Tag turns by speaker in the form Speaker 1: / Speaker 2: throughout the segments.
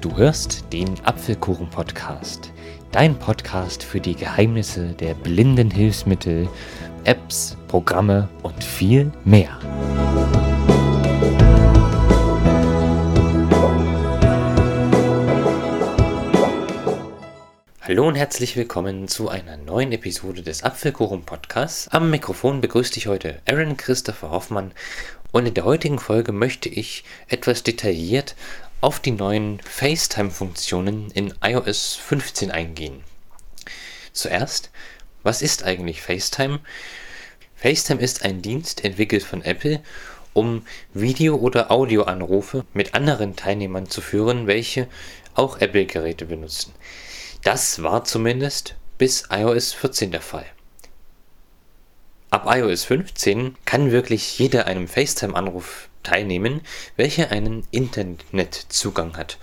Speaker 1: Du hörst den Apfelkuchen-Podcast, dein Podcast für die Geheimnisse der blinden Hilfsmittel, Apps, Programme und viel mehr. Hallo und herzlich willkommen zu einer neuen Episode des Apfelkuchen Podcasts. Am Mikrofon begrüßt dich heute Aaron Christopher Hoffmann und in der heutigen Folge möchte ich etwas detailliert auf die neuen FaceTime-Funktionen in iOS 15 eingehen. Zuerst, was ist eigentlich FaceTime? FaceTime ist ein Dienst entwickelt von Apple, um Video- oder Audioanrufe mit anderen Teilnehmern zu führen, welche auch Apple-Geräte benutzen. Das war zumindest bis iOS 14 der Fall. Ab iOS 15 kann wirklich jeder einem FaceTime-Anruf teilnehmen, welcher einen Internetzugang hat.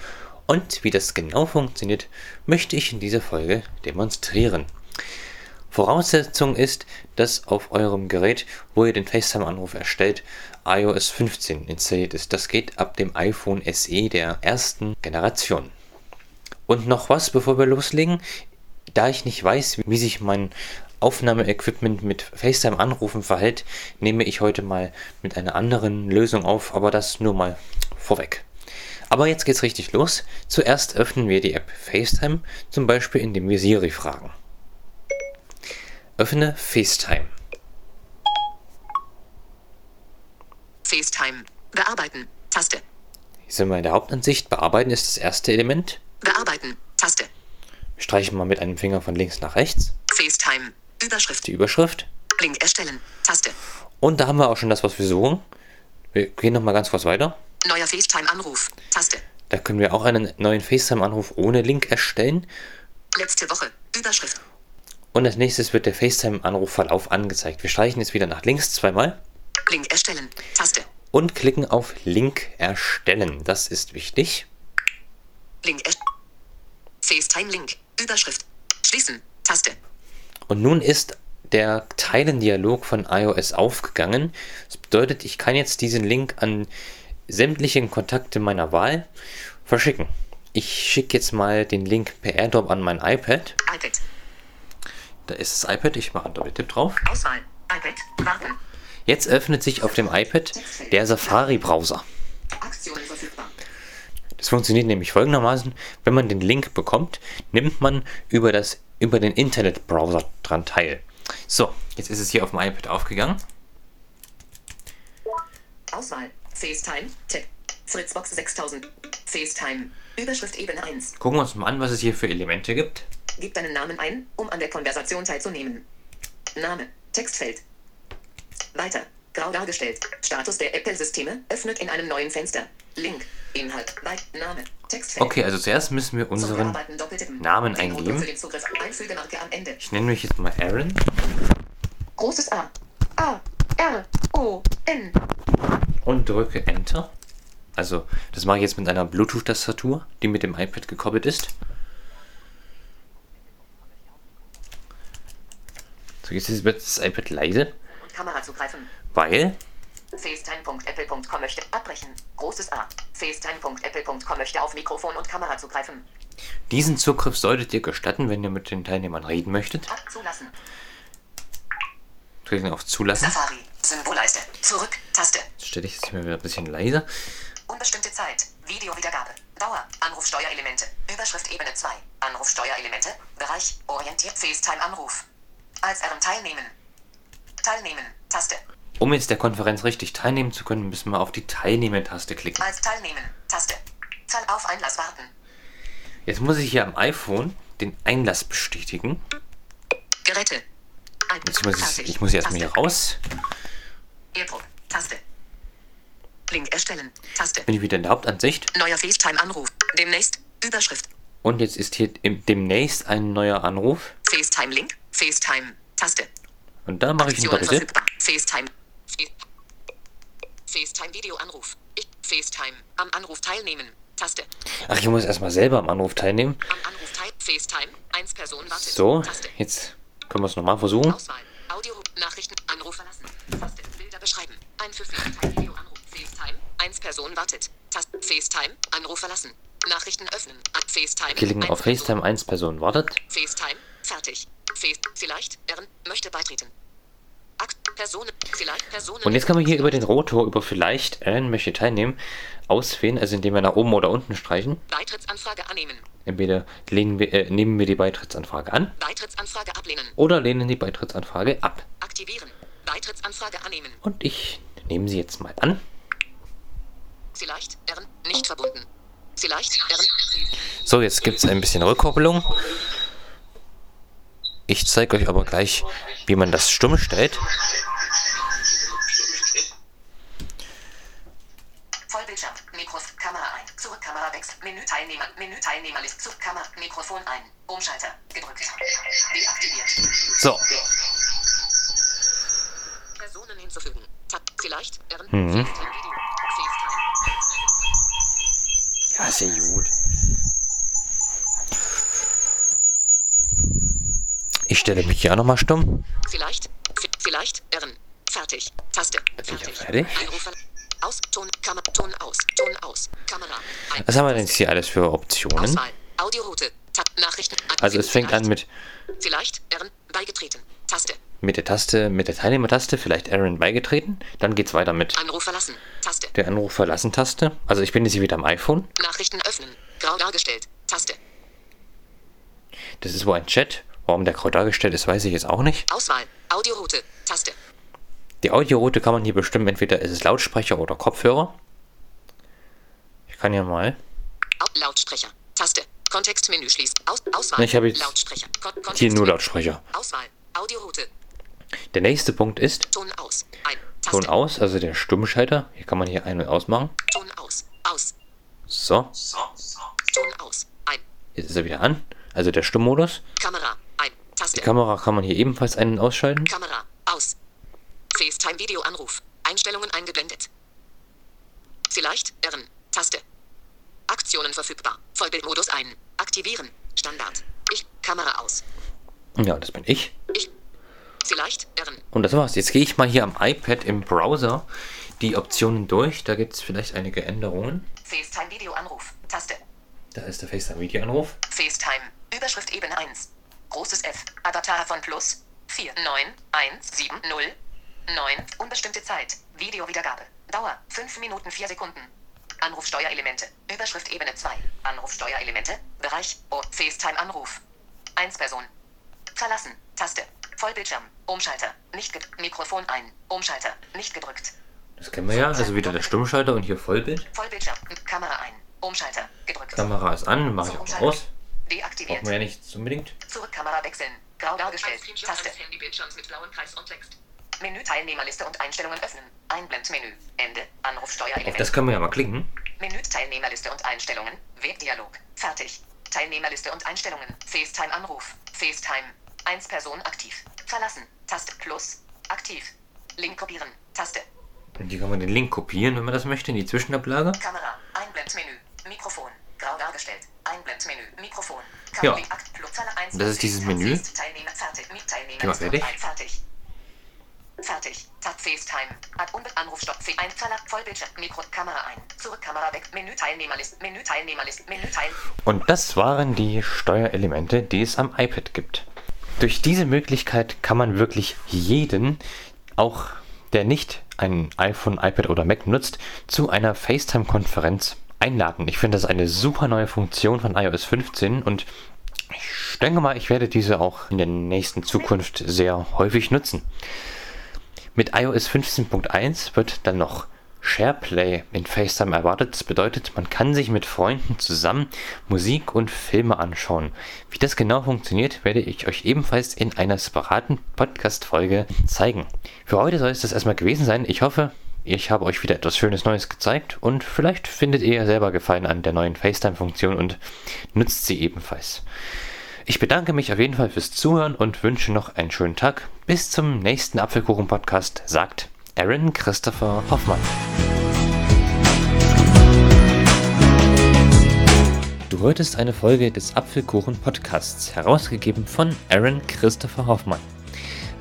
Speaker 1: Und wie das genau funktioniert, möchte ich in dieser Folge demonstrieren. Voraussetzung ist, dass auf eurem Gerät, wo ihr den FaceTime-Anruf erstellt, iOS 15 installiert ist. Das geht ab dem iPhone SE der ersten Generation. Und noch was, bevor wir loslegen. Da ich nicht weiß, wie sich mein Aufnahmeequipment mit FaceTime-Anrufen verhält, nehme ich heute mal mit einer anderen Lösung auf, aber das nur mal vorweg. Aber jetzt geht's richtig los. Zuerst öffnen wir die App FaceTime, zum Beispiel indem wir Siri fragen. Öffne FaceTime.
Speaker 2: FaceTime. Bearbeiten. Taste.
Speaker 1: Hier sind wir in der Hauptansicht. Bearbeiten ist das erste Element.
Speaker 2: Bearbeiten. Taste.
Speaker 1: Wir Streichen mal mit einem Finger von links nach rechts.
Speaker 2: FaceTime. Überschrift.
Speaker 1: Die Überschrift.
Speaker 2: Link erstellen. Taste.
Speaker 1: Und da haben wir auch schon das, was wir suchen. Wir gehen nochmal ganz kurz weiter.
Speaker 2: Neuer FaceTime-Anruf. Taste.
Speaker 1: Da können wir auch einen neuen FaceTime-Anruf ohne Link erstellen.
Speaker 2: Letzte Woche. Überschrift.
Speaker 1: Und als nächstes wird der FaceTime-Anrufverlauf angezeigt. Wir streichen jetzt wieder nach links zweimal
Speaker 2: Link erstellen. Taste.
Speaker 1: und klicken auf Link erstellen. Das ist wichtig.
Speaker 2: Link erst. FaceTime-Link. Überschrift. Schließen. Taste.
Speaker 1: Und nun ist der Teilendialog von iOS aufgegangen. Das bedeutet, ich kann jetzt diesen Link an sämtliche Kontakte meiner Wahl verschicken. Ich schicke jetzt mal den Link per AirDrop an mein iPad.
Speaker 2: iPad.
Speaker 1: Da ist das iPad. Ich mache einen Doppeltipp drauf.
Speaker 2: Auswahl. iPad. Warten.
Speaker 1: Jetzt öffnet sich auf dem iPad der Safari-Browser.
Speaker 2: Aktionen verfügbar.
Speaker 1: Das funktioniert nämlich folgendermaßen, wenn man den Link bekommt, nimmt man über, das, über den Internetbrowser dran teil. So, jetzt ist es hier auf dem iPad aufgegangen.
Speaker 2: Auswahl. FaceTime. Tipp. Fritzbox 6000. FaceTime. Überschrift Ebene 1.
Speaker 1: Gucken wir uns mal an, was es hier für Elemente gibt.
Speaker 2: Gib deinen Namen ein, um an der Konversation teilzunehmen. Name. Textfeld. Weiter. Grau dargestellt. Status der Apple-Systeme öffnet in einem neuen Fenster. Link. Inhalt. Weit. Name. Textfeld.
Speaker 1: Okay, also zuerst müssen wir
Speaker 2: Zum
Speaker 1: unseren,
Speaker 2: Bearbeiten doppeltippen.
Speaker 1: Namen
Speaker 2: Den Knoten
Speaker 1: eingeben.
Speaker 2: Für den Zugriff. Einfügemarke am Ende.
Speaker 1: ich nenne mich jetzt mal Aaron.
Speaker 2: Großes A. A. R. O. N.
Speaker 1: und drücke Enter. Also, das mache ich jetzt mit einer Bluetooth-Tastatur, die mit dem iPad gekoppelt ist. So, jetzt ist- wird das iPad leise,
Speaker 2: Kamera zugreifen.
Speaker 1: weil
Speaker 2: FaceTime.apple.com möchte abbrechen. Großes A. FaceTime.apple.com möchte auf Mikrofon und Kamera zugreifen.
Speaker 1: diesen Zugriff solltet ihr gestatten, wenn ihr mit den Teilnehmern reden möchtet.
Speaker 2: Ab zulassen.
Speaker 1: Drücken auf Zulassen.
Speaker 2: Safari. Symbolleiste. Zurück. Taste.
Speaker 1: Jetzt stelle ich es mir wieder ein bisschen leiser.
Speaker 2: Unbestimmte Zeit. Videowiedergabe. Dauer. Anrufsteuerelemente. Überschrift Ebene 2. Anrufsteuerelemente. Bereich. Orientiert. FaceTime-Anruf. Als RM teilnehmen. Teilnehmen. Taste.
Speaker 1: Um jetzt der Konferenz richtig teilnehmen zu können, müssen wir auf die Teilnehmer-Taste klicken.
Speaker 2: Als teilnehmen. Taste. Zahl auf Einlass warten.
Speaker 1: Jetzt muss ich hier am iPhone den Einlass bestätigen.
Speaker 2: Geräte. Ein
Speaker 1: Jetzt muss ich, ich muss hier erstmal hier raus.
Speaker 2: AirDrop. Taste. Link erstellen. Taste.
Speaker 1: Bin ich wieder in der Hauptansicht.
Speaker 2: Neuer FaceTime-Anruf. Demnächst. Überschrift.
Speaker 1: Und jetzt ist hier im, demnächst ein neuer Anruf.
Speaker 2: FaceTime-Link. FaceTime. Taste.
Speaker 1: Und da mache ich einen
Speaker 2: Optionen
Speaker 1: Doppeltipp.
Speaker 2: verfügbar. FaceTime. Fe- FaceTime Videoanruf. Ich- FaceTime. Am Anruf teilnehmen. Taste.
Speaker 1: Ach, ich muss erstmal selber am Anruf teilnehmen.
Speaker 2: Am Anruf teil. FaceTime. Eins Person wartet.
Speaker 1: So,
Speaker 2: Taste.
Speaker 1: jetzt können wir es nochmal versuchen.
Speaker 2: Auswahl. Audio. Nachrichten. Anruf verlassen. Taste. Bilder beschreiben. Ein für FaceTime Videoanruf. FaceTime. Eins Person wartet. Taste. FaceTime. Anruf verlassen. Nachrichten öffnen. Ab FaceTime.
Speaker 1: Hier liegen auf
Speaker 2: Einzelperson.
Speaker 1: FaceTime 1 Person wartet.
Speaker 2: FaceTime. Fertig. Face vielleicht. Ehren. Möchte beitreten. Akt. Personen. Vielleicht. Personen.
Speaker 1: Und jetzt kann man hier über den Rotor, über vielleicht, Aaron möchte teilnehmen, auswählen, also indem wir nach oben oder unten streichen.
Speaker 2: Beitrittsanfrage annehmen.
Speaker 1: Entweder lehnen wir, äh, nehmen wir die Beitrittsanfrage an
Speaker 2: Beitrittsanfrage ablehnen.
Speaker 1: oder lehnen die Beitrittsanfrage ab.
Speaker 2: Aktivieren. Beitrittsanfrage annehmen.
Speaker 1: Und ich nehme sie jetzt mal an.
Speaker 2: Vielleicht. Ehren. Nicht verbunden. Vielleicht. Ehren.
Speaker 1: So, jetzt gibt es ein bisschen Rückkopplung. Ich zeige euch aber gleich, wie man das stumm stellt.
Speaker 2: Vollbildschirm. Mikros. Kamera ein. Zurück. Kamera wechsel. Menü Teilnehmer. Menü Teilnehmer ist zurück. Kamera. Mikrofon ein. Umschalter. Gedrückt. Deaktiviert.
Speaker 1: So,
Speaker 2: Personen hinzufügen. Tab. Vielleicht. Ehren. Mhm. FaceTime Video. FaceTime.
Speaker 1: ja, sehr gut. Ich stelle mich hier auch nochmal stumm.
Speaker 2: Vielleicht. F vielleicht. Ehren. Fertig. Taste.
Speaker 1: bin ich ja fertig.
Speaker 2: Anrufer. Aus. Ton. Kamera. Ton aus. Ton aus. Kamera. Ein.
Speaker 1: Was haben wir denn jetzt hier alles für Optionen?
Speaker 2: Auswahl. Audioroute. Tab. Nachrichten.
Speaker 1: Hm? Also es fängt an mit,
Speaker 2: Vielleicht. Ehren. Beigetreten. Taste.
Speaker 1: mit der Taste, mit der Teilnehmertaste, vielleicht Aaron beigetreten. Dann geht's weiter mit
Speaker 2: Anruf verlassen. Taste.
Speaker 1: der Anruf verlassen Taste. Also ich bin jetzt hier wieder am iPhone.
Speaker 2: Nachrichten öffnen. Grau dargestellt. Taste.
Speaker 1: Das ist wohl ein Chat. Warum der grau dargestellt ist, weiß ich jetzt auch nicht.
Speaker 2: Auswahl. Audioroute. Taste.
Speaker 1: Die Audioroute kann man hier bestimmen. Entweder ist es Lautsprecher oder Kopfhörer. Ich kann ja mal.
Speaker 2: Au Lautsprecher. Taste. Kontextmenü schließt. Aus Auswahl.
Speaker 1: Ich habe jetzt
Speaker 2: Lautsprecher. Kon Kontext
Speaker 1: Hier nur Lautsprecher.
Speaker 2: Auswahl. Audioroute.
Speaker 1: Der nächste Punkt ist
Speaker 2: Ton aus. Ein. Taste.
Speaker 1: Ton aus, also der Stummschalter. Hier kann man hier ein- und ausmachen.
Speaker 2: Ton aus. Aus.
Speaker 1: So,
Speaker 2: Ton aus. Ein.
Speaker 1: jetzt ist er wieder an. Also der Stummmodus.
Speaker 2: Kamera. Ein. Taste.
Speaker 1: Die Kamera kann man hier ebenfalls ein- und ausschalten.
Speaker 2: Kamera. Aus. FaceTime Video Anruf. Einstellungen eingeblendet. Vielleicht. Irren. Taste. Aktionen verfügbar. Vollbildmodus ein. Aktivieren. Standard. Ich. Kamera aus.
Speaker 1: Ja, das bin ich.
Speaker 2: Ich. Vielleicht. Irren.
Speaker 1: Und das war's. Jetzt gehe ich mal hier am iPad im Browser die Optionen durch. Da gibt es vielleicht einige Änderungen.
Speaker 2: FaceTime Video Anruf. Taste.
Speaker 1: Da ist der FaceTime-Videoanruf.
Speaker 2: FaceTime. Überschrift Ebene 1. Großes F. Avatar von plus 4 9 1 7 0 9. Unbestimmte Zeit. Videowiedergabe. Dauer 5 Minuten 4 Sekunden. Anrufsteuerelemente. Überschrift Ebene 2. Anrufsteuerelemente. Bereich. Oh, FaceTime Anruf. 1 Person. Verlassen. Taste. Vollbildschirm. Umschalter. Nicht ge Mikrofon ein. Umschalter. Nicht gedrückt.
Speaker 1: Das kennen wir ja. Also wieder der Stummschalter und hier Vollbild.
Speaker 2: Vollbildschirm. Kamera ein. Umschalter. Gedrückt.
Speaker 1: Kamera ist an, mache ich auch
Speaker 2: Umschalter.
Speaker 1: aus.
Speaker 2: Deaktiviert.
Speaker 1: Brauchen wir ja nicht unbedingt.
Speaker 2: Zurück Kamera wechseln. Grau dargestellt.
Speaker 3: Screenshot
Speaker 2: Taste.
Speaker 3: eines Handybildschirms mit blauem Kreis und Text.
Speaker 2: Menü Teilnehmerliste und Einstellungen öffnen. Einblendmenü. Ende.
Speaker 1: Auf
Speaker 2: Anrufsteuerelement.
Speaker 1: das können wir ja mal klicken.
Speaker 2: Menü Teilnehmerliste und Einstellungen. Webdialog. Fertig. Teilnehmerliste und Einstellungen. FaceTime Anruf. FaceTime. 1 Person aktiv. Verlassen. Taste plus. Aktiv. Link kopieren. Taste.
Speaker 1: Und hier kann man den Link kopieren, wenn man das möchte, in die Zwischenablage.
Speaker 2: Kamera. Einblendmenü. Mikrofon. Grau dargestellt. Einblendmenü. Mikrofon.
Speaker 1: Ja.
Speaker 2: Link Akt plus Zahl 1.
Speaker 1: Das ist dieses Menü.
Speaker 2: Teilnehmer fertig. Mit Teilnehmer
Speaker 1: Geh mal
Speaker 2: ist
Speaker 1: fertig.
Speaker 2: ein- Fertig. Fertig. Tab FaceTime. Ad Unbe Anruf Stopp. Fe ein Zahl Vollbildschirm. Mikro. Kamera ein. Zurück. Kamera weg. Menü Teilnehmerlist. Menü Teilnehmerlist. Menü Teil.
Speaker 1: Und das waren die Steuerelemente, die es am iPad gibt. Durch diese Möglichkeit kann man wirklich jeden, auch der nicht ein iPhone, iPad oder Mac nutzt, zu einer FaceTime-Konferenz einladen. Ich finde das eine super neue Funktion von iOS 15 und ich denke mal, ich werde diese auch in der nächsten Zukunft sehr häufig nutzen. Mit iOS 15.1 wird dann noch SharePlay in FaceTime erwartet. Das bedeutet, man kann sich mit Freunden zusammen Musik und Filme anschauen. Wie das genau funktioniert, werde ich euch ebenfalls in einer separaten Podcast-Folge zeigen. Für heute soll es das erstmal gewesen sein. Ich hoffe, ich habe euch wieder etwas Schönes Neues gezeigt und vielleicht findet ihr ja selber Gefallen an der neuen FaceTime-Funktion und nutzt sie ebenfalls. Ich bedanke mich auf jeden Fall fürs Zuhören und wünsche noch einen schönen Tag. Bis zum nächsten Apfelkuchen-Podcast, sagt Aaron Christopher Hoffmann. Du hörtest eine Folge des Apfelkuchen-Podcasts, herausgegeben von Aaron Christopher Hoffmann.